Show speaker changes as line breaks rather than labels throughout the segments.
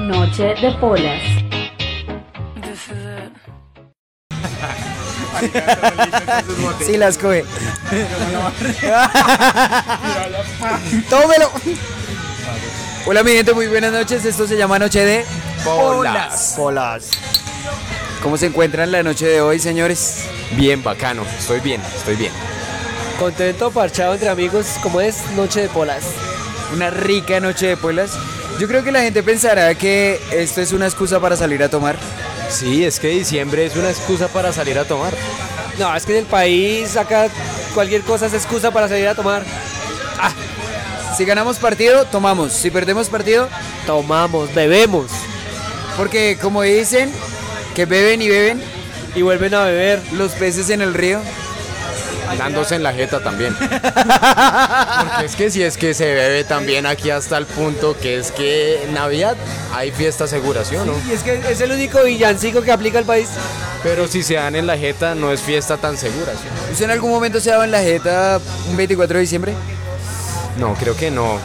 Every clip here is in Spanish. Noche de polas.
Sí, las coge. Tómelo. Hola, mi gente, muy buenas noches. Esto se llama Noche de
Polas.
Polas. ¿Cómo se encuentran la noche de hoy, señores?
Bien, bacano. Estoy bien, estoy bien.
Contento, parchado entre amigos, como es Noche de Polas.
Una rica noche de polas. Yo creo que la gente pensará que esto es una excusa para salir a tomar.
Sí, es que diciembre es una excusa para salir a tomar.
No, es que en el país acá cualquier cosa es excusa para salir a tomar.
Si ganamos partido, tomamos. Si perdemos partido,
Tomamos, bebemos
porque como dicen, que beben y beben
y vuelven a beber.
los peces en el río.
Dándose en la jeta también. Porque es que si es que se bebe también aquí hasta el punto que es que en Navidad hay fiesta segura, ¿sí o no?
Y es que es el único villancico que aplica el país.
Pero si se dan en la jeta no es fiesta tan segura, ¿sí? o
¿Usted en algún momento se ha dado en la jeta un 24 de diciembre?
No, No, creo que no.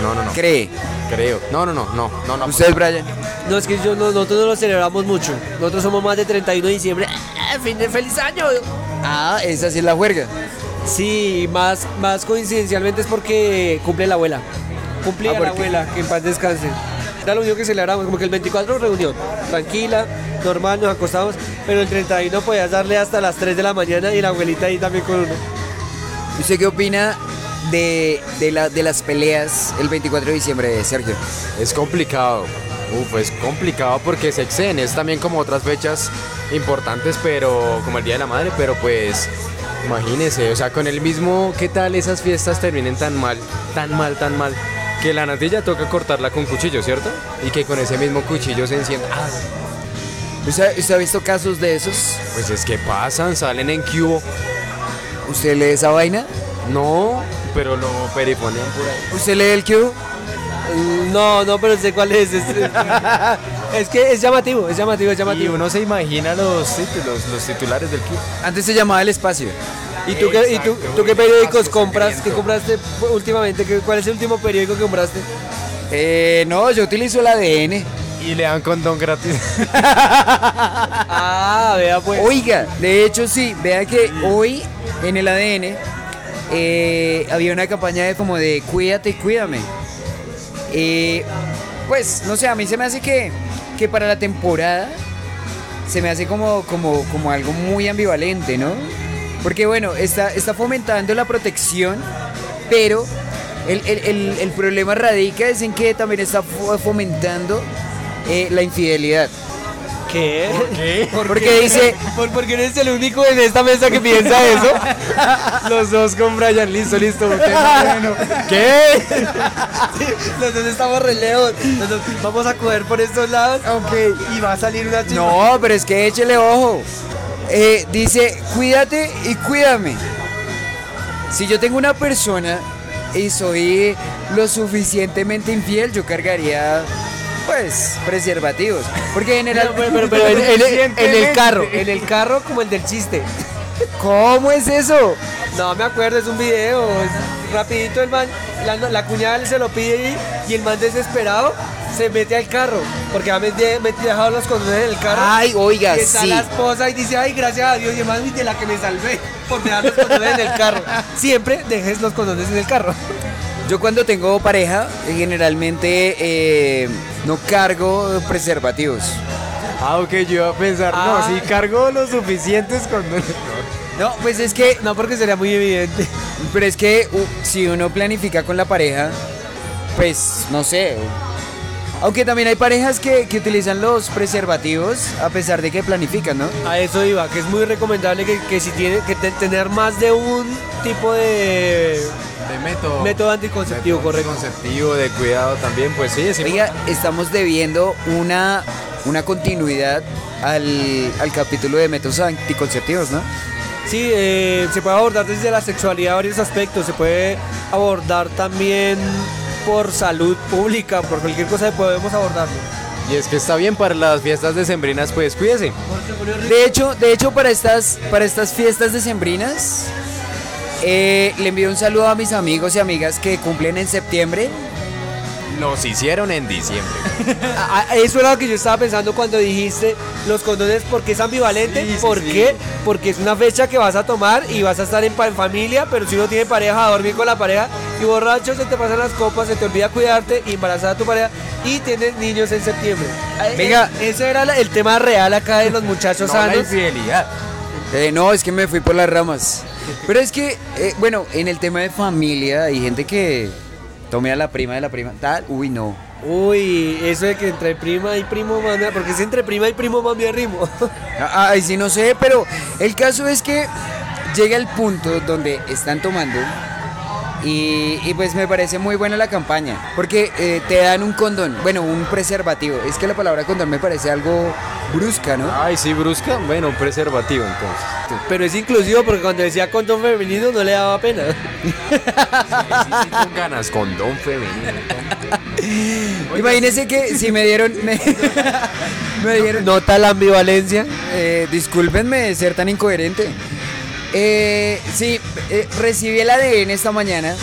No, no, no.
Cree.
Creo. No, no, no, no, no, no.
¿Usted, Brian?
No, es que yo, no- nosotros no lo celebramos mucho. Nosotros somos más de 31 de diciembre. ¡Ah, fin de feliz año!
Ah, esa sí es la juerga.
Sí, más, más coincidencialmente es porque cumple la abuela. Cumple
Ah,
a
¿por
la
qué?
abuela, que en paz descanse. Era lo único que celebramos, como que el 24 reunión, tranquila, normal, nos acostamos, pero el 31 podías darle hasta las 3 de la mañana y la abuelita ahí también con uno.
¿Usted qué opina de, de la- de las peleas el 24 de diciembre, Sergio?
Es complicado. Uf, es complicado porque se exceden. Es también como otras fechas importantes, pero como el Día de la Madre, pero pues imagínese, o sea, con el mismo, ¿qué tal esas fiestas terminen tan mal, tan mal, tan mal? Que la natilla toca cortarla con cuchillo, ¿cierto? Y que con ese mismo cuchillo se encienda. Ah,
¿Usted, usted ha visto casos de esos?
pues es que pasan, salen en cubo.
¿Usted lee esa vaina?
No, pero lo perifonean por ahí.
¿Usted lee el Q? Mm,
No, no, pero sé cuál es. Es, es que es llamativo, es llamativo, es
Y
llamativo.
uno se imagina los títulos, los titulares del cubo.
Antes se llamaba El Espacio.
¿Y tú qué, y tú,
Exacto,
tú qué
un
periódicos
espacio
compras? ¿Qué
sangriento.
compraste últimamente? ¿Qué- ¿Cuál es el último periódico que compraste?
Eh, no, yo utilizo el ADN.
Y le dan condón gratis.
Ah, vea pues.
Oiga, de hecho sí, vea que hoy en el ADN eh, había una campaña de como de cuídate, y cuídame. Eh, pues, no sé, a mí se me hace que, que para la temporada se me hace como, como, como algo muy ambivalente, ¿no? Porque bueno, está, está fomentando la protección, pero el, el- el- el problema radica es en que también está fo- fomentando eh, la infidelidad.
¿Qué?
Porque dice,
¿Por, porque no eres el único en esta mesa que piensa eso.
Los dos con Brian, listo, listo. usted no, bueno. ¿Qué?
Los dos estamos re lejos. Los dos vamos a coger por estos lados. Ok. Y va a salir una chica.
No, pero es que échele ojo. Eh, dice, cuídate y cuídame. Si yo tengo una persona y soy lo suficientemente infiel, yo cargaría, pues, preservativos. Porque en general...
Pero, pero, pero en, en- en- en el carro. En el carro como el del chiste.
¿Cómo es eso?
No me acuerdo, es un video. es rapidito el man. La, la cuñada se lo pide y, y el man desesperado se mete al carro. Porque ha meti- meti- dejado los condones en el carro.
Ay, oiga,
y está
sí.
la esposa y dice, ay, gracias a Dios, y hermano, y de la que me salvé por dejar los condones en el carro. Siempre dejes los condones en el carro.
Yo cuando tengo pareja, eh, generalmente eh, no cargo preservativos.
Ah, ok, yo iba a pensar,
Ah.
no, si cargo los suficientes cuando.
No, pues es que
No, porque sería muy evidente.
Pero es que u- si uno planifica con la pareja, pues no sé. Aunque también hay parejas que, que utilizan los preservativos a pesar de que planifican, ¿no?
A eso iba, que es muy recomendable que, que si tiene que te- tener más de un tipo de
De método.
método anticonceptivo, correcto.
Anticonceptivo, de cuidado también, pues sí, es
Oiga, estamos debiendo una, una continuidad al, al capítulo de métodos anticonceptivos, ¿no?
Sí, eh, se puede abordar desde la sexualidad varios aspectos, se puede abordar también por salud pública, por cualquier cosa que podemos abordarlo.
Y es que está bien para las fiestas decembrinas, pues cuídese.
De hecho, de hecho para, estas, para estas fiestas decembrinas, eh, le envío un saludo a mis amigos y amigas que cumplen en septiembre.
Los hicieron en diciembre.
A- a- Eso era lo que yo estaba pensando cuando dijiste los condones, porque es ambivalente.
Sí, sí,
¿Por
sí.
qué? Porque es una fecha que vas a tomar y vas a estar en, pa- en familia, pero si uno tiene pareja, a dormir con la pareja y borracho, se te pasan las copas, se te olvida cuidarte, embarazada tu pareja y tienes niños en septiembre. Eh,
Venga.
eh, ese era la- el tema real acá de los muchachos
No, la
sanos.
infidelidad.
Eh, no, es que me fui por las ramas. Pero es que, eh, bueno, en el tema de familia hay gente que tomé a la prima de la prima. Tal, uy, no.
Uy, eso de que entre prima y primo manda, porque es entre prima y primo mami a ritmo.
Ah, Ay, sí, no sé, pero el caso es que llega el punto donde están tomando y, y pues me parece muy buena la campaña, porque eh, te dan un condón, bueno, un preservativo. Es que la palabra condón me parece algo brusca, ¿no?
Ay, sí, brusca. Bueno, un preservativo entonces.
Pero es inclusivo porque cuando decía condón femenino no le daba pena.
Sí, sí, con ganas, condón femenino.
Imagínense que si me dieron... Me, me dieron
Nota la ambivalencia.
Eh, discúlpenme de ser tan incoherente. Eh, sí, eh, recibí el ADN esta mañana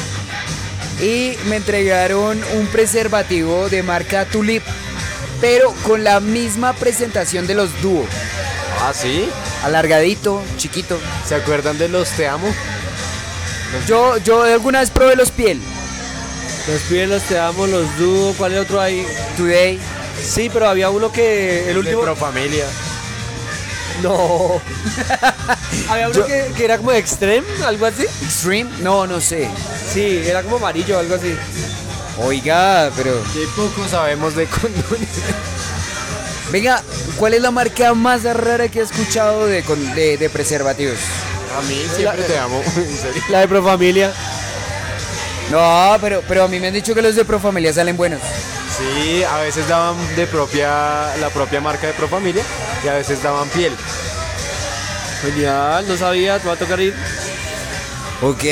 y me entregaron un preservativo de marca Tulip, pero con la misma presentación de los dúo.
Ah, sí.
Alargadito, chiquito.
¿Se acuerdan de los te amo?
Yo, yo alguna vez probé los piel,
Los pibes los te amo, los dúo, ¿cuál es otro ahí?
Today.
Sí, pero había uno que el último.
De Profamilia.
No. había uno que, que era como extreme, algo así.
Extreme, no, no sé.
Sí, era como amarillo, algo así.
Oiga, pero.
Qué poco sabemos de condones.
Venga, ¿cuál es la marca más rara que he escuchado de, con- de- de preservativos?
A mí siempre te amo. En serio.
La de Profamilia.
No, pero, pero a mí me han dicho que los de Profamilia salen buenos.
Sí, a veces daban de propia la propia marca de Profamilia y a veces daban piel.
Genial, no sabía, te va a tocar ir.
Ok.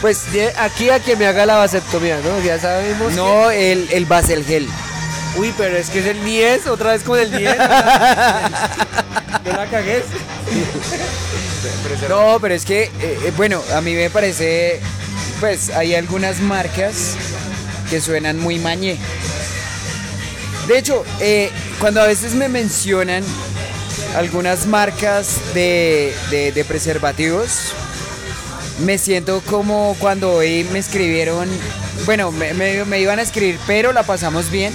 Pues de aquí a que me haga la vasectomía, ¿no? Ya sabemos. que-
No, el, el Basel Gel.
Uy, pero es que es el 10, otra vez con el 10. no la cagues.
No, pero es que, eh, eh, bueno, a mí me parece, pues hay algunas marcas que suenan muy mañé. De hecho, eh, cuando a veces me mencionan algunas marcas de, de- de preservativos, me siento como cuando hoy me escribieron, bueno, me, me- me iban a escribir, pero la pasamos bien.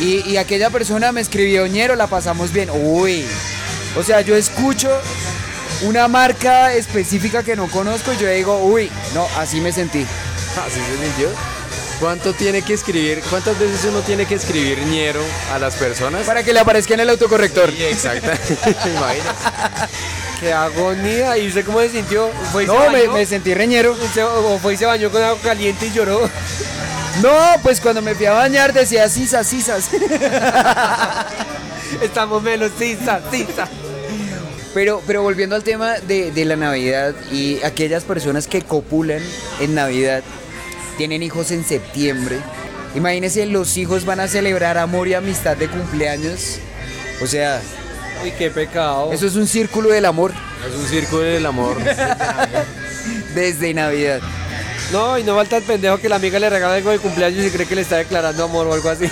Y, y aquella persona me escribió, ñero, la pasamos bien. Uy. O sea, yo escucho una marca específica que no conozco y yo digo, uy, no, así me sentí.
Así Ah, se sintió. ¿Cuánto tiene que escribir? ¿Cuántas veces uno tiene que escribir ñero a las personas?
Para que le aparezca en el autocorrector.
Sí, exacto. Imagínate.
Qué agonía. ¿Y usted cómo se sintió? ¿Fue y se
No, me,
bañó?
me sentí reñero.
Se- o fue y se bañó con agua caliente y lloró.
No, pues cuando me fui a bañar decía sisas, sisas.
Estamos menos tiza, tiza.
Pero, pero volviendo al tema de, de la Navidad y aquellas personas que copulan en Navidad, tienen hijos en septiembre. Imagínense, los hijos van a celebrar amor y amistad de cumpleaños. O sea,
Uy, qué pecado.
eso es un círculo del amor
Es un círculo del amor.
desde Navidad.
No, y no falta el pendejo que la amiga le regala algo de cumpleaños y cree que le está declarando amor o algo así.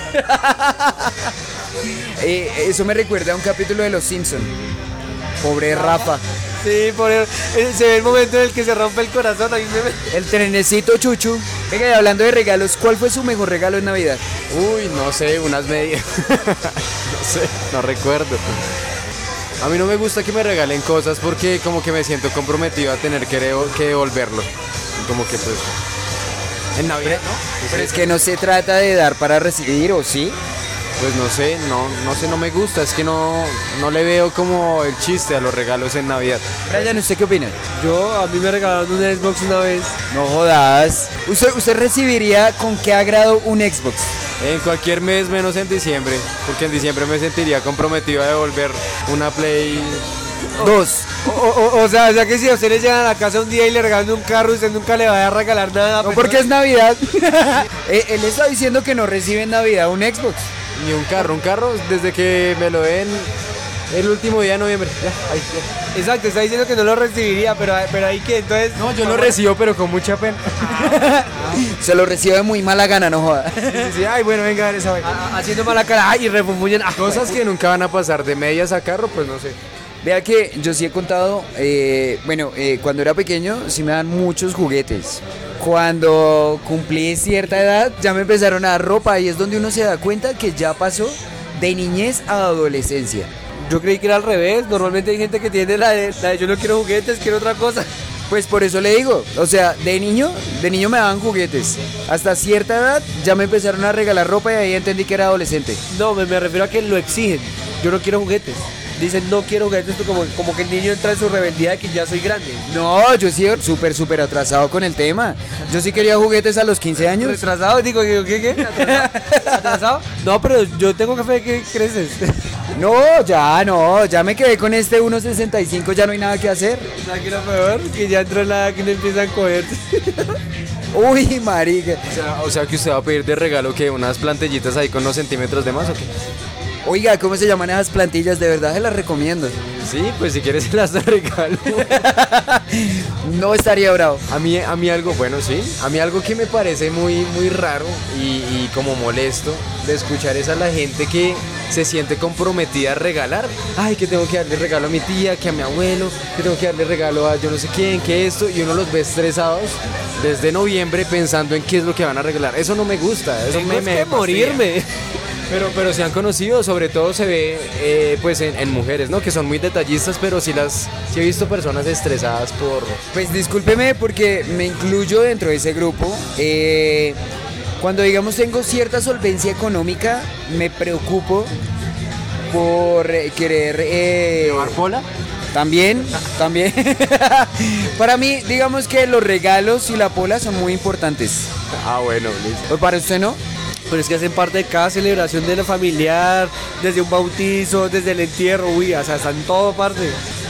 Eh, eso me recuerda a un capítulo de Los Simpson. Pobre Rafa.
Sí, por el- eh, se ve el momento en el que se rompe el corazón. A mí me-
El trenecito Chuchu. Venga, y hablando de regalos, ¿cuál fue su mejor regalo en Navidad?
Uy, no sé, unas medias. no sé, no recuerdo. pues. A mí no me gusta que me regalen cosas porque como que me siento comprometido a tener que, devo- que devolverlo. Y Como que pues... En Navidad, ¿no?
Pero es que no se trata de dar para recibir, ¿o sí?
Pues no sé, no, no sé, no me gusta. Es que no, no le veo como el chiste a los regalos en Navidad.
Brian, ¿usted qué opina?
Yo, a mí me regalaron un Xbox una vez.
No jodas. ¿Usted, usted recibiría con qué agrado un Xbox?
En cualquier mes menos en diciembre, porque en diciembre me sentiría comprometido a devolver una Play.
Oh.
Dos.
O, o- o- o sea, o sea que si a usted le llegan a la casa un día y le regalan un carro, usted nunca le va a regalar nada.
No,
pues,
porque es Navidad. Eh, Él está diciendo que no recibe en Navidad un Xbox.
Ni un carro, un carro desde que me lo den el último día de noviembre. Ya, ahí, ya.
Exacto, está diciendo que no lo recibiría, pero, pero ahí que entonces.
No, yo lo Ah. recibo, pero con mucha pena.
Ah.
Se lo recibe de muy mala gana, no joda.
Sí, sí, sí. Ay, bueno, venga, dale esa vaina.
Ah, Haciendo mala cara ay, y refunfuñan. Ah,
Cosas que nunca van a pasar de medias a carro, pues no sé.
Vea que yo sí he contado, eh, bueno, eh, cuando era pequeño sí me dan muchos juguetes. Cuando cumplí cierta edad ya me empezaron a dar ropa y es donde uno se da cuenta que ya pasó de niñez a adolescencia.
Yo creí que era al revés. Normalmente hay gente que tiene la de, la de yo no quiero juguetes, quiero otra cosa.
Pues por eso le digo, o sea, de niño, de niño me daban juguetes. Hasta cierta edad ya me empezaron a regalar ropa y ahí entendí que era adolescente.
No, me, me refiero a que lo exigen. Yo no quiero juguetes. Dicen no quiero juguetes, tú como, como que el niño entra en su rebeldía de que ya soy grande.
No, yo he sido súper, súper atrasado con el tema. Yo sí quería juguetes a los 15 años.
¿Retrasado? Digo, ¿qué? qué, qué? ¿Atrasado? ¿Atrasado? No, pero yo tengo que fe que creces.
No, ya no, ya me quedé con este 1.65, ya no hay nada que hacer.
¿Sabes qué es lo peor? Que ya entró la que no empiezan a coger.
Uy, marica.
O sea, o sea que usted va a pedir de regalo que unas plantillitas ahí con unos centímetros de más o qué.
Oiga, ¿cómo se llaman esas plantillas? De verdad se las recomiendo.
Sí, pues si quieres se las regalo.
No estaría bravo.
A mí, a mí algo, bueno, sí, a mí algo que me parece muy, muy raro y, y como molesto de escuchar es a la gente que se siente comprometida a regalar. Ay, que tengo que darle regalo a mi tía, que a mi abuelo, que tengo que darle regalo a yo no sé quién, que esto, y uno los ve estresados desde noviembre pensando en qué es lo que van a regalar. Eso no me gusta, eso
Tengo
me,
es
me
que
fastidia.
morirme.
Pero, pero se han conocido, sobre todo se ve eh, pues en, en mujeres, ¿no? Que son muy detallistas, pero sí las sí he visto personas estresadas por...
Pues discúlpeme porque me incluyo dentro de ese grupo. Eh, cuando digamos tengo cierta solvencia económica, me preocupo por eh, querer... eh,
bola?
También, también. Para mí, digamos que los regalos y la pola son muy importantes.
Ah, bueno, listo.
¿O ¿Para usted no?
Pero es que hacen parte de cada celebración de la familiar, desde un bautizo, desde el entierro, uy, o sea, están todo parte.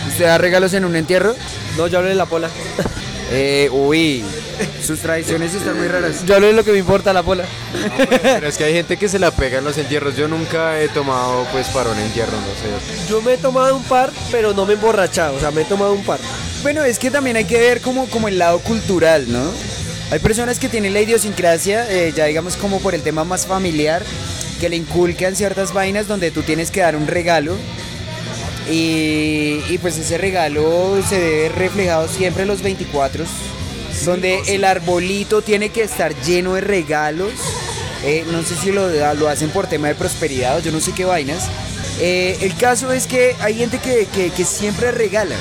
¿Usted da regalos en un entierro?
No, yo hablo de la pola.
Eh, uy, sus tradiciones están muy raras.
Yo hablo de lo que me importa la pola.
Pero es que hay gente que se la pega en los entierros. Yo nunca he tomado pues para un entierro, no sé.
Yo me he tomado un par, pero no me he emborrachado, o sea, me he tomado un par.
Bueno, es que también hay que ver como, como el lado cultural, ¿no? Hay personas que tienen la idiosincrasia, eh, ya digamos como por el tema más familiar, que le inculcan ciertas vainas donde tú tienes que dar un regalo. Y, y pues ese regalo se debe reflejado siempre en los 24, donde el arbolito tiene que estar lleno de regalos. Eh, no sé si lo, lo hacen por tema de prosperidad o yo no sé qué vainas. Eh, el caso es que hay gente que, que- que siempre regala,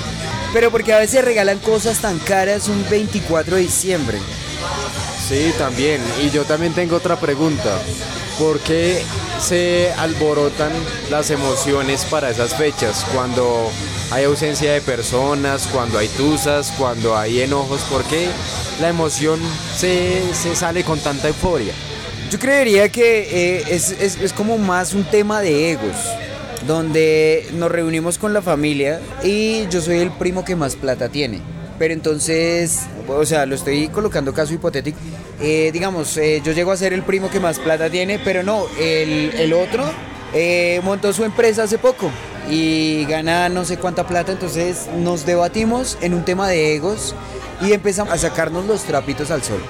pero porque a veces regalan cosas tan caras un 24 de diciembre.
Sí, también. Y yo también tengo otra pregunta. ¿Por qué se alborotan las emociones para esas fechas? Cuando hay ausencia de personas, cuando hay tusas, cuando hay enojos. ¿Por qué la emoción se, se sale con tanta euforia?
Yo creería que eh, es, es- es como más un tema de egos, donde nos reunimos con la familia y yo soy el primo que más plata tiene. Pero entonces, o sea, lo estoy colocando caso hipotético. Eh, digamos, eh, yo llego a ser el primo que más plata tiene, pero no, el, el otro eh, montó su empresa hace poco y gana no sé cuánta plata, entonces nos debatimos en un tema de egos y empezamos a sacarnos los trapitos al sol.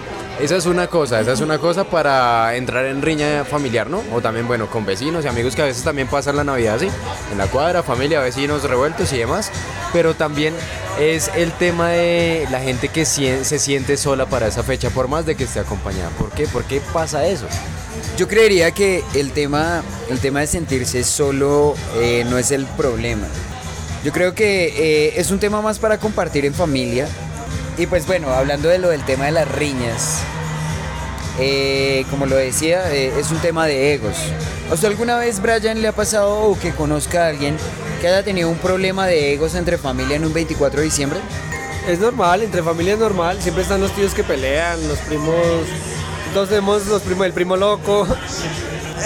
Esa es una cosa, esa es una cosa para entrar en riña familiar, ¿no? O también, bueno, con vecinos y amigos que a veces también pasan la Navidad así, en la cuadra, familia, vecinos revueltos y demás. Pero también es el tema de la gente que sien- se siente sola para esa fecha, por más de que esté acompañada. ¿Por qué? ¿Por qué pasa eso?
Yo creería que el tema, el tema de sentirse solo eh, no es el problema. Yo creo que eh, es un tema más para compartir en familia. Y pues bueno, hablando de lo del tema de las riñas, eh, como lo decía, eh, es un tema de egos. ¿A usted alguna vez, Brian, le ha pasado o que conozca a alguien que haya tenido un problema de egos entre familia en un 24 de diciembre?
Es normal, entre familia es normal, siempre están los tíos que pelean, los primos, todos tenemos los primos, el primo loco.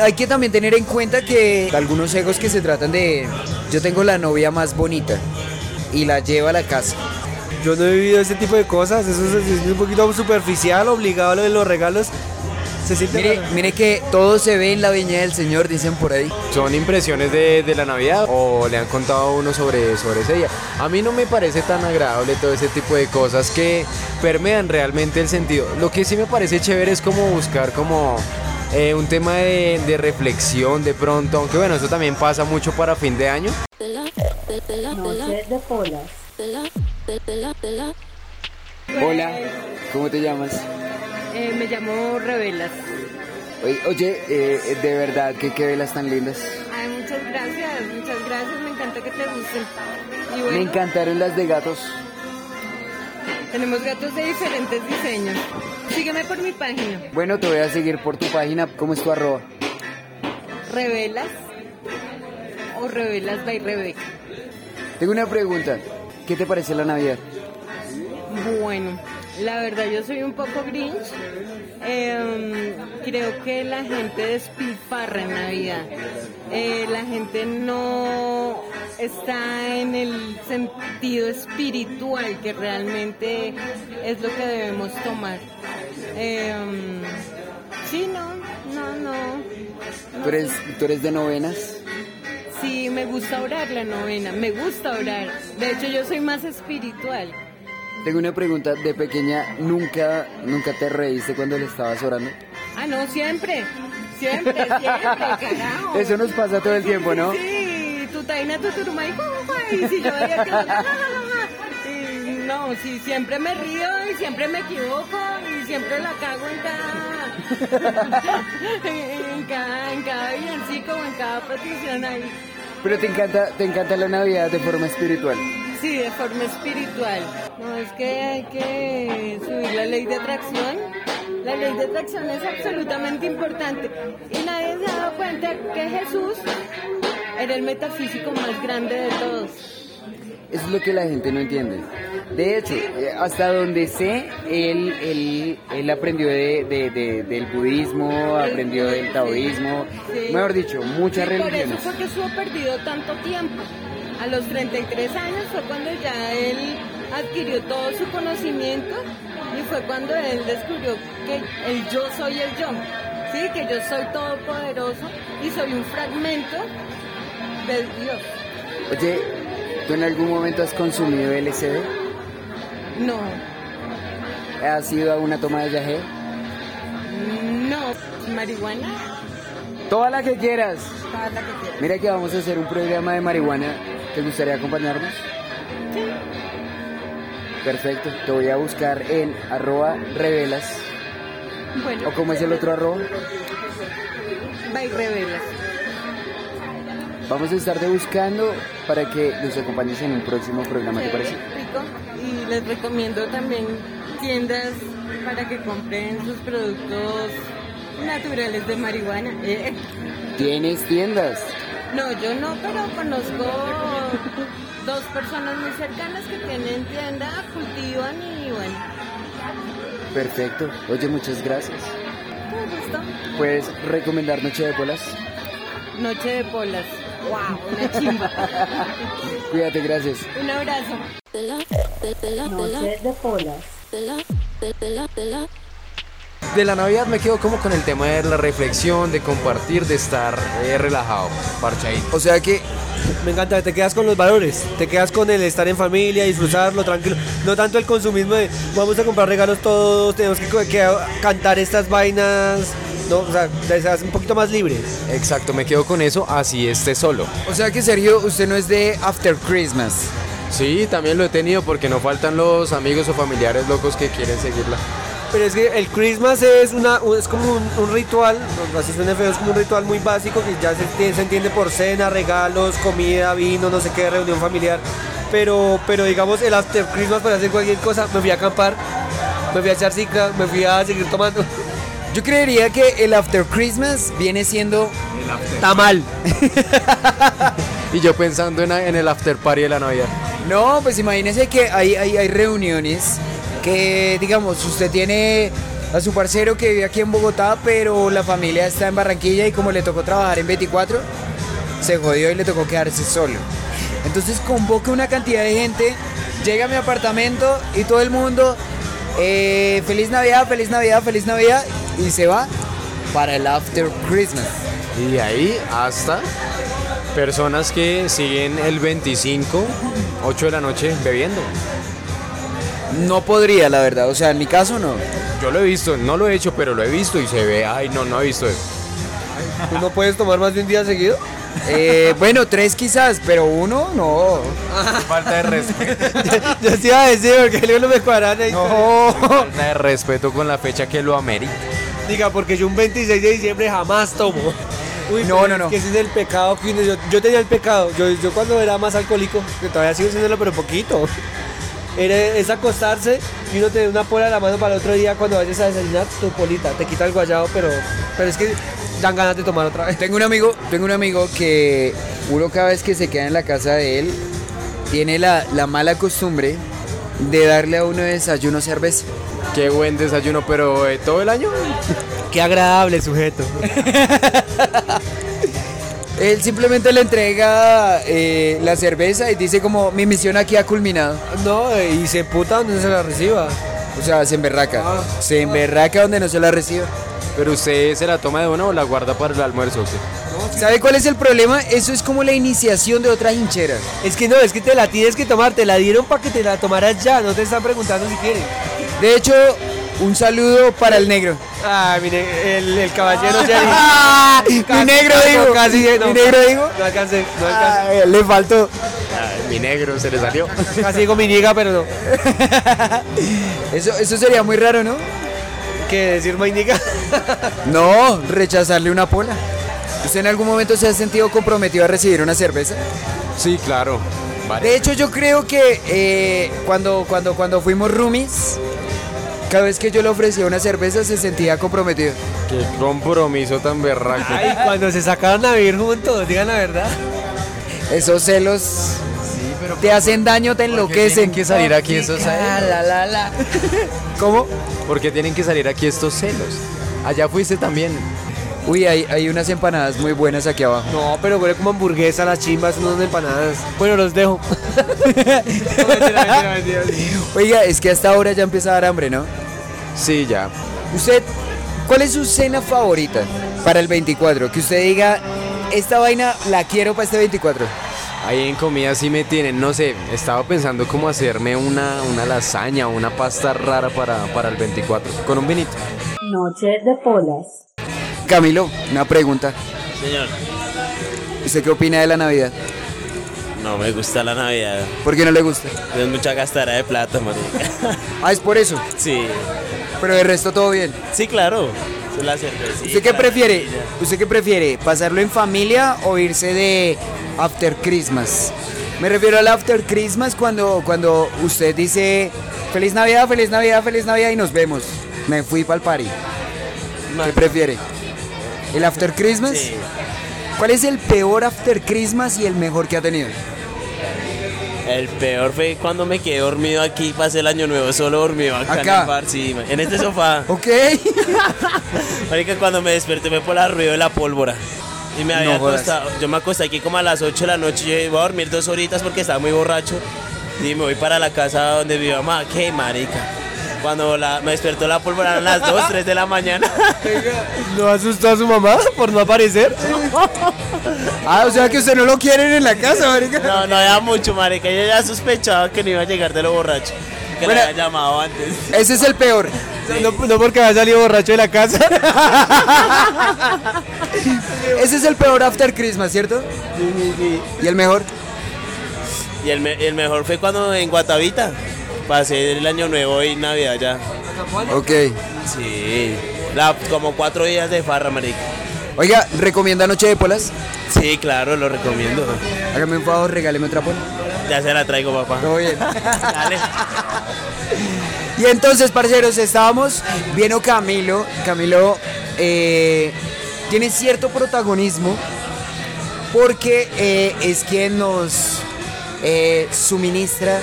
Hay que también tener en cuenta que algunos egos que se tratan de yo tengo la novia más bonita y la lleva a la casa.
Yo no he vivido ese tipo de cosas, eso es, es un poquito superficial, obligado a lo de los regalos. Se siente
Mire,
raro.
mire que todo se ve en la viña del Señor, dicen por ahí.
¿Son impresiones de, de la Navidad o le han contado a uno sobre, sobre ella? A mí no me parece tan agradable todo ese tipo de cosas que permean realmente el sentido. Lo que sí me parece chévere es como buscar como eh, un tema de, de reflexión de pronto, aunque bueno, eso también pasa mucho para fin de año.
Noches de polas.
Hola, ¿cómo te llamas?
Eh, me llamo Revelas.
Oye, oye, eh, de verdad, que qué velas tan lindas.
Ay, muchas gracias, muchas gracias. Me encanta que te gusten. Y
Me
bueno,
encantaron las de gatos.
tenemos gatos de diferentes diseños. Sígueme por mi página.
Bueno, te voy a seguir por tu página. ¿Cómo es tu arroba?
Revelas o Revelas by Rebeca.
Tengo una pregunta. ¿Qué te parece la Navidad?
Bueno, la verdad yo soy un poco grinch. Em, creo que la gente despilfarra en Navidad. Eh, la gente no está en el sentido espiritual que realmente es lo que debemos tomar. Em, sí, no, no, no. no
¿Tú eres,
sé.
tú eres de novenas?
Sí, me gusta orar la novena, me gusta orar. De hecho, yo soy más espiritual.
Tengo una pregunta. ¿De pequeña nunca, nunca te reíste cuando le estabas orando?
Ah, no, siempre. Siempre, siempre, carajo.
Eso nos pasa todo el tiempo, ¿no?
Sí, tu taina, tu turma y guau, guau, y si yo veía que... la, la, la, la, la, y No, sí, siempre me río y siempre me equivoco y siempre la cago en cada... en cada, en cada villancico o en cada petición ahí.
Pero te encanta, te encanta la Navidad de forma espiritual.
Sí, de forma espiritual. No, es que hay que subir la ley de atracción. La ley de atracción es absolutamente importante. Y nadie se ha dado cuenta que Jesús era el metafísico más grande de todos.
Eso es lo que la gente no entiende. De hecho, eh, hasta donde sé, él, él, él aprendió de- de- de- del budismo, aprendió del taoísmo,
Sí.
mejor dicho, muchas
Y
religiones.
Por eso fue que estuvo perdido tanto tiempo. A los 33 años fue cuando ya él adquirió todo su conocimiento y fue cuando él descubrió que el yo soy el yo. Sí, que yo soy todopoderoso y soy un fragmento de Dios.
Oye, ¿tú en algún momento has consumido LSD?
No,
¿Has ido a una toma de yagé?
no. Marihuana,
Toda la que quieras.
toda la que quieras.
Mira que vamos a hacer un programa de marihuana. ¿Te gustaría acompañarnos? Perfecto, te voy a buscar en arroba revelas.
Bueno,
¿O cómo es el otro arroba?
by revelas.
Vamos a estarte buscando para que nos acompañes en un próximo programa, ¿te parece?
Rico. Y les recomiendo también tiendas para que compren sus productos naturales de marihuana. Eh,
Tienes tiendas.
No, yo no, pero conozco dos personas muy cercanas que tienen tienda, cultivan y bueno,
Perfecto. Oye, muchas gracias.
todo gusto.
¿Puedes recomendar Noche de Bolas?
Noche de polas. ¡Wow! Una chimba.
Cuídate, gracias.
Un abrazo.
Noches de polas.
De la Navidad me quedo como con el tema de la reflexión, de compartir, de estar eh, relajado, parchadito.
O sea que me encanta, que te quedas con los valores, te quedas con el estar en familia, disfrutarlo tranquilo, no tanto el consumismo de vamos a comprar regalos todos, tenemos que, co- que cantar estas vainas, no, o sea, te seas un poquito más libre.
Exacto, me quedo con eso, así esté solo.
O sea que Sergio, usted no es de After Christmas.
Sí, también lo he tenido porque no faltan los amigos o familiares locos que quieren seguirla.
Pero es que el Christmas es una un- es como un, un ritual, no, así suena feo, es como un ritual muy básico que ya se, enti- se entiende por cena, regalos, comida, vino, no sé qué, reunión familiar. Pero, pero digamos el after Christmas para hacer cualquier cosa, me fui a acampar, me fui a echar cicla, me fui a seguir tomando.
Yo creería que el After Christmas viene siendo
Tamal.
Y yo pensando en, en el after party de la Navidad.
No, pues imagínese que hay, hay, hay reuniones que, digamos, usted tiene a su parcero que vive aquí en Bogotá, pero la familia está en Barranquilla y como le tocó trabajar en 24, se jodió y le tocó quedarse solo. Entonces convoca una cantidad de gente, llega a mi apartamento y todo el mundo, eh, feliz Navidad, feliz Navidad, feliz Navidad, y se va. para el After Christmas.
Y de ahí hasta personas que siguen el 25, 8 de la noche bebiendo.
No podría, la verdad. O sea, en mi caso no.
Yo lo he visto, no lo he hecho, pero lo he visto y se ve, ay, no, no he visto eso.
¿Tú no puedes tomar más de un día seguido?
Eh, bueno, tres quizás, pero uno no.
Falta de respeto.
Yo sí iba a decir, porque luego no me cuadran ahí.
No.
Falta de respeto con la fecha que lo amerita.
Diga, porque yo un 26 de diciembre jamás tomo. Uy,
No,
pero
no,
es
no.
Que ese es el pecado que uno- yo, yo tenía el pecado. Yo, yo cuando era más alcohólico, que todavía sigo siéndolo, pero poquito. Era, es acostarse y uno tener una pola en la mano para el otro día cuando vayas a desayunar tu polita. Te quita el guayado, pero, pero es que dan ganas de tomar otra vez.
Tengo un amigo, tengo un amigo que uno cada vez que se queda en la casa de él tiene la, la mala costumbre de darle a uno de desayuno cerveza.
Qué buen desayuno, pero eh, todo el año.
Qué agradable sujeto.
Él simplemente le entrega eh, la cerveza y dice como mi misión aquí ha culminado.
No, eh, y se puta donde no se la reciba. Ah.
O sea, se emberraca. Se emberraca donde no se la reciba.
Pero usted se la toma de una o la guarda para el almuerzo. ¿o qué?
¿Sabe cuál es el problema? Eso es como la iniciación de otras hincheras.
Es que no, es que te la tienes que tomar. Te la dieron para que te la tomaras ya. No te están preguntando si quieren.
De hecho, un saludo para el negro.
Ah, mire, el, el caballero Jerry.
Mi negro digo.
digo, Casi, no,
Mi negro digo.
No alcancé, no alcancé.
Ay, le faltó.
Ay, mi negro se le salió.
Casi digo mi niga, pero no.
Eso, eso sería muy raro, ¿no?
¿Qué decir mi niga?
No, rechazarle una pola. ¿Usted en algún momento se ha sentido comprometido a recibir una cerveza?
Sí, claro. Vale.
De hecho, yo creo que eh, cuando, cuando, cuando fuimos roomies, cada vez que yo le ofrecía una cerveza se sentía comprometido.
Qué compromiso tan berraco.
Ay, cuando se sacaron a vivir juntos, digan la verdad.
Esos celos te hacen daño, te enloquecen.
tienen que salir aquí esos celos?
Ah, la, la, la. ¿Cómo?
¿Por qué tienen que salir aquí estos celos? Allá fuiste también.
Uy, hay, hay unas empanadas muy buenas aquí abajo.
No, pero huele como hamburguesa, las chimbas, unas empanadas. Bueno, los dejo. No, mentira, mentira, mentira.
Oiga, es que hasta ahora ya empieza a dar hambre, ¿no?
Sí, ya.
Usted, ¿cuál es su cena favorita para el 24? Que usted diga, esta vaina la quiero para este 24.
Ahí en comida sí me tienen, no sé, estaba pensando cómo hacerme una, una lasaña, una pasta rara para, para el 24, con un vinito.
Noches de polas.
Camilo, una pregunta.
Señor,
¿Usted qué opina de la Navidad?
no me gusta la Navidad.
¿Por qué no le gusta?
Es mucha gastadera de plata, marica.
Ah, es por eso.
Sí.
Pero de resto todo bien.
Sí, claro. Es la cervecita.
¿Usted qué
la
prefiere?
comida.
¿Usted qué prefiere? ¿Pasarlo en familia o irse de After Christmas? Me refiero al After Christmas cuando, cuando usted dice Feliz Navidad, Feliz Navidad, Feliz Navidad y nos vemos. Me fui para el party. ¿Qué prefiere? ¿El After Christmas?
Sí.
¿Cuál es el peor After Christmas y el mejor que ha tenido?
El peor fue cuando me quedé dormido aquí. Pasé el año nuevo solo dormido acá, en
Acá.
el bar, sí, ma- en este sofá.
¿Ok?
Marica, cuando me desperté fue por el ruido de la pólvora. Y me había
No jodas.
acostado. Yo me acosté aquí como a las 8 de la noche. Yo iba a dormir dos horitas porque estaba muy borracho. Y me voy para la casa donde mi mamá. ¡Qué marica! Cuando la- me despertó la pólvora eran las 2, 3 de la mañana.
¿No asustó a su mamá por no aparecer?
Ah, o sea que usted no lo quieren en la casa, marica.
No, no había mucho, marica. Yo ya sospechaba que no iba a llegar de lo borracho. Que
Bueno.
le había llamado antes.
Ese es el peor.
No, no porque había salido borracho de la casa.
Ese es el peor After Christmas, ¿cierto? ¿Y el mejor?
Y el, me- el mejor fue cuando en Guatavita. Pasé el año nuevo y Navidad ya.
Ok.
Sí. La- como cuatro días de farra, marica.
Oiga, ¿recomienda Noche de Polas?
Sí, claro, lo recomiendo.
Hágame un favor, regáleme otra pola.
Ya se la traigo, papá.
Todo bien.
Dale.
Y entonces, parceros, estábamos. Vino Camilo. Camilo eh, tiene cierto protagonismo porque eh, es quien nos eh, suministra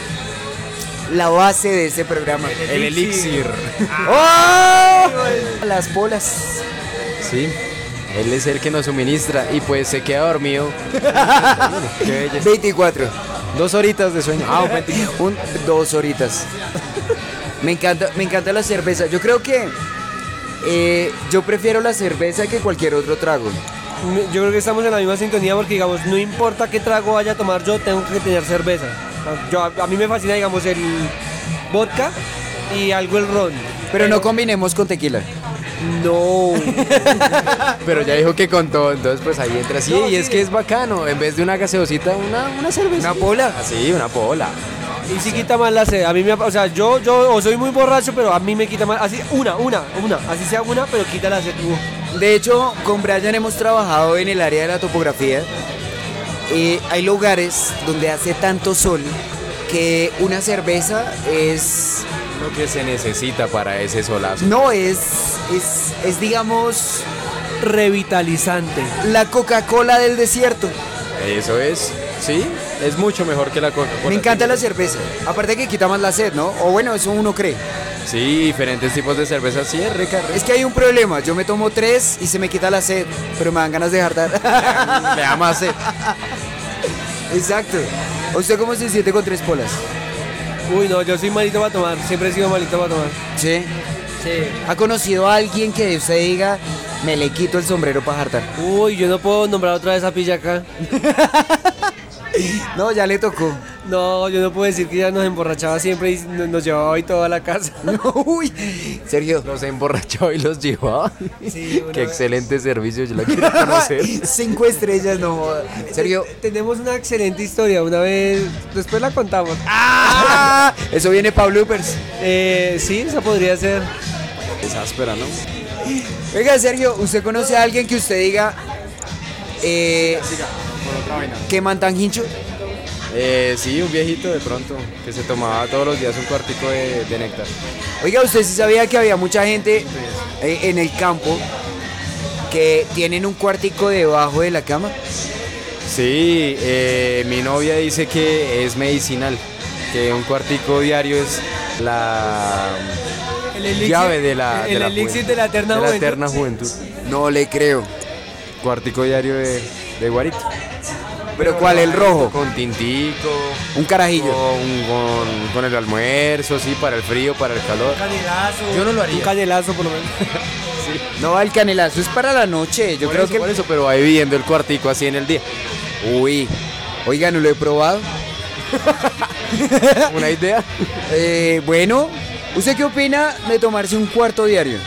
la base de este programa.
El elixir.
¡Oh! Las bolas.
Sí, él es el que nos suministra y pues se queda dormido. Qué belleza.
24.
Dos horitas de sueño. Ah, un veinti-
Un- dos horitas. Me encanta, me encanta la cerveza. Yo creo que eh, yo prefiero la cerveza que cualquier otro trago.
Yo creo que estamos en la misma sintonía porque, digamos, no importa qué trago vaya a tomar yo, tengo que tener cerveza. Yo, a, a mí me fascina, digamos, el vodka y algo el ron.
Pero no combinemos con tequila.
No.
Pero ya dijo que con todo, entonces pues ahí entra así. y es que es bacano, en vez de una gaseosita, una, una cerveza.
Una pola.
Sí, una pola.
y si quita más la sed. A mí me, o sea, yo, yo o soy muy borracho, pero a mí me quita más. Así, una, una, una. Así sea una, pero quita la sed. Uf.
De hecho, con Brian hemos trabajado en el área de la topografía. Eh, hay lugares donde hace tanto sol que una cerveza es.
Lo que se necesita para ese solazo.
No, es. Es, es digamos,
Revitalizante.
la Coca-Cola del desierto.
Eso es, sí, es mucho mejor que la coca
Me encanta la cerveza. Aparte que quita más la sed, ¿no? O bueno, eso uno cree.
Sí, diferentes tipos de cerveza, sí, es rica, rica.
Es que hay un problema. Yo me tomo tres y se me quita la sed, pero me dan ganas de jardar.
Me da más sed.
Exacto. ¿Usted cómo se siente con tres polas?
Uy, no, yo soy malito para tomar. Siempre he sido malito para tomar.
Sí.
Sí.
¿Ha conocido a alguien que usted diga, me le quito el sombrero para jartar?
Uy, yo no puedo nombrar otra vez a Pilla acá.
No, ya le tocó.
No, yo no puedo decir que ya nos emborrachaba siempre y no- nos llevaba hoy toda la casa.
Uy, Sergio.
Los emborrachó y los llevaba.
Sí, una
Qué
vez.
excelente servicio, yo la quiero conocer.
Cinco estrellas, no. joda. Sergio.
Tenemos una excelente historia, una vez, después la contamos.
¡Ah! Eso viene para bloopers.
Eh, sí, esa
pues,
podría ser.
Es áspera, ¿no?
Oiga, Sergio, ¿usted conoce a alguien que usted diga, eh, que mantan hincho?
Eh, sí, un viejito de pronto, que se tomaba todos los días un cuartico de, de néctar.
Oiga, usted sí sabía que había mucha gente eh, en el campo que tienen un cuartico debajo de la cama.
Sí, eh, mi novia dice que es medicinal, que un cuartico diario es la
El elixir-
llave de la,
el
de la
elixir
juventud.
de la eterna juventud.
eterna juventud.
No le creo.
Cuartico diario de, de guarito.
Pero ¿cuál? El rojo.
Con tintico,
Un carajillo.
con, con- con el almuerzo, sí, para el frío, para el calor.
Canelazo.
Yo no lo haría.
Un canelazo, por lo menos.
No, el canelazo es para la noche. Yo
Por
creo
eso,
que.
por eso, pero va viviendo el cuartico así en el día.
Uy. Oiga, no lo he probado.
¿Una idea?
Eh, bueno, ¿usted qué opina de tomarse un cuarto diario?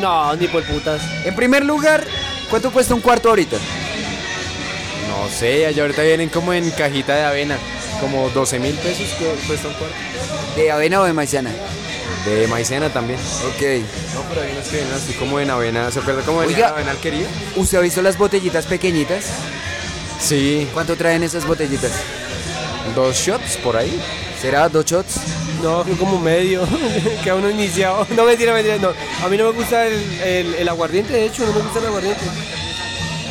No, ni por putas.
En primer lugar, ¿cuánto cuesta un cuarto ahorita?
No sé, allá ahorita vienen como en cajita de avena, como 12 mil pesos que cuesta un cuarto.
¿De avena o de maizana?
De maicena también.
Ok.
No, pero hay unas que vienen así como en avena. ¿Se acuerda como
Oiga.
en avena querido?
¿Usted ha visto las botellitas pequeñitas?
Sí,
¿Cuánto traen esas botellitas?
dos shots por ahí.
¿Será dos shots?
No, yo como medio. Queda uno iniciado. No, mentira, mentira, no. A mí no me gusta el, el- el aguardiente, de hecho, no me gusta el aguardiente.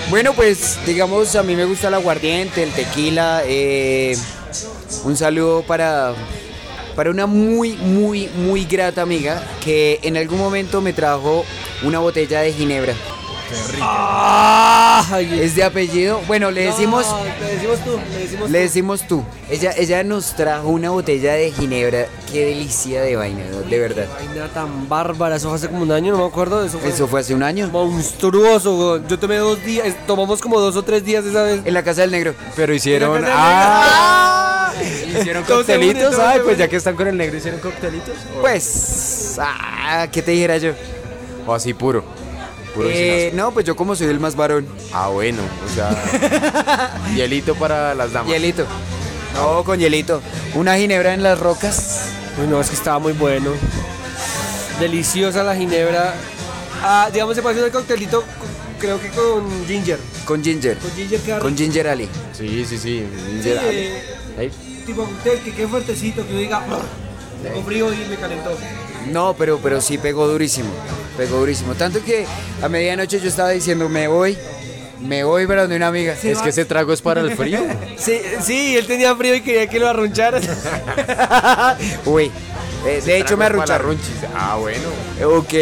Bueno, pues digamos, a mí me gusta el aguardiente, el tequila. eh, un saludo para, para una muy, muy, muy grata amiga que en algún momento me trajo una botella de ginebra. Ah,
Ay,
Es de apellido. Bueno, le decimos,
No, le decimos tú, le decimos
le
tú.
decimos tú. Ella, ella nos trajo una botella de ginebra. Qué delicia de vaina, ¿no? de verdad.
Vaina tan bárbara, eso fue hace como un año, no me acuerdo. Eso fue
Eso fue hace un año.
monstruoso, weón. Yo tomé dos días, tomamos como dos o tres días esa vez.
En la casa del negro.
Pero hicieron.
Una
¡Ah! Hicieron
Todo se une,
coctelitos.
todo se
Ay,
une.
pues ya que están con el negro, hicieron coctelitos.
Pues, ah, ¿qué te dijera yo?
O así puro. Puro
Eh,
sin
no, pues yo como soy el más varón.
azúcar. Ah, bueno, o sea. hielito para las damas.
Hielito. No, con hielito. Una ginebra en las rocas.
Uy, no, es que estaba muy bueno. Deliciosa la ginebra. Ah, digamos, se pasó el coctelito, co- creo que con ginger.
Con ginger.
Con ginger que
Con ginger ale.
Sí, sí, sí. un
Sí,
Gerard.
eh,
Ahí.
tipo cóctel que quede fuertecito, que uno diga, "Ugh", tengo frío y me calentó.
No, pero, pero sí pegó durísimo. Pegó durísimo. Tanto que a medianoche yo estaba diciendo, me voy. Me voy para donde una amiga.
Es que ese trago es para el frío.
Sí, sí, él tenía frío y quería que lo arruncharan.
Uy. eh, de hecho me
Trago para
arrucharon.
runchis. Ah, bueno.
Ok.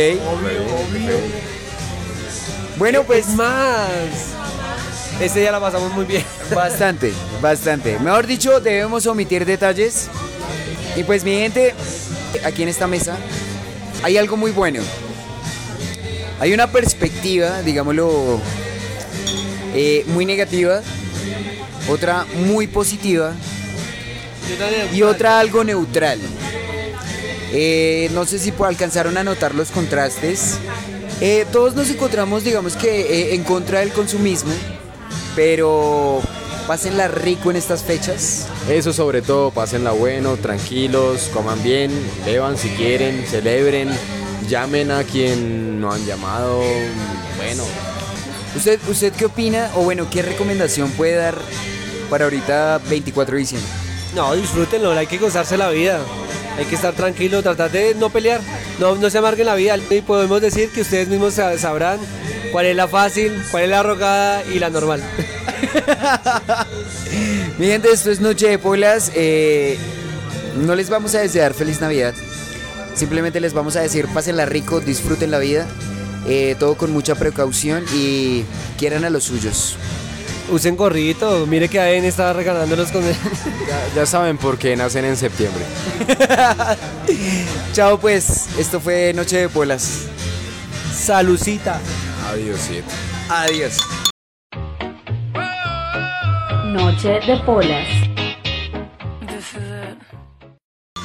Bueno, pues
Es más. Ese día la pasamos muy bien.
Bastante, bastante. Mejor dicho, debemos omitir detalles. Y pues mi gente, aquí en esta mesa hay algo muy bueno. Hay una perspectiva, digámoslo, eh, muy negativa, otra muy positiva y otra algo neutral. Eh, no sé si po- alcanzaron a notar los contrastes. Eh, todos nos encontramos, digamos que, eh, en contra del consumismo, pero pásenla rico en estas fechas.
Eso sobre todo, pásenla bueno, tranquilos, coman bien, beban si quieren, celebren, llamen a quien no han llamado. Bueno,
¿Usted, ¿Usted qué opina o bueno, qué recomendación puede dar para ahorita 24 de diciembre?
No, disfrútenlo, hay que gozarse la vida. Hay que estar tranquilo, tratar de no pelear, no, no se amarguen la vida. Y podemos decir que ustedes mismos sa- sabrán cuál es la fácil, cuál es la arrogada y la normal.
Mi gente, esto es Noche de Polas. eh, no les vamos a desear feliz Navidad. Simplemente les vamos a decir, pásenla rico, disfruten la vida. eh, todo con mucha precaución y quieran a los suyos.
Usen gorrito, mire que ADN está regalándolos con
ya, ya saben por qué nacen en septiembre.
Chao pues, esto fue Noche de Polas.
Salucita.
Adiós, siete.
Adiós.
Noche de polas.
This is it.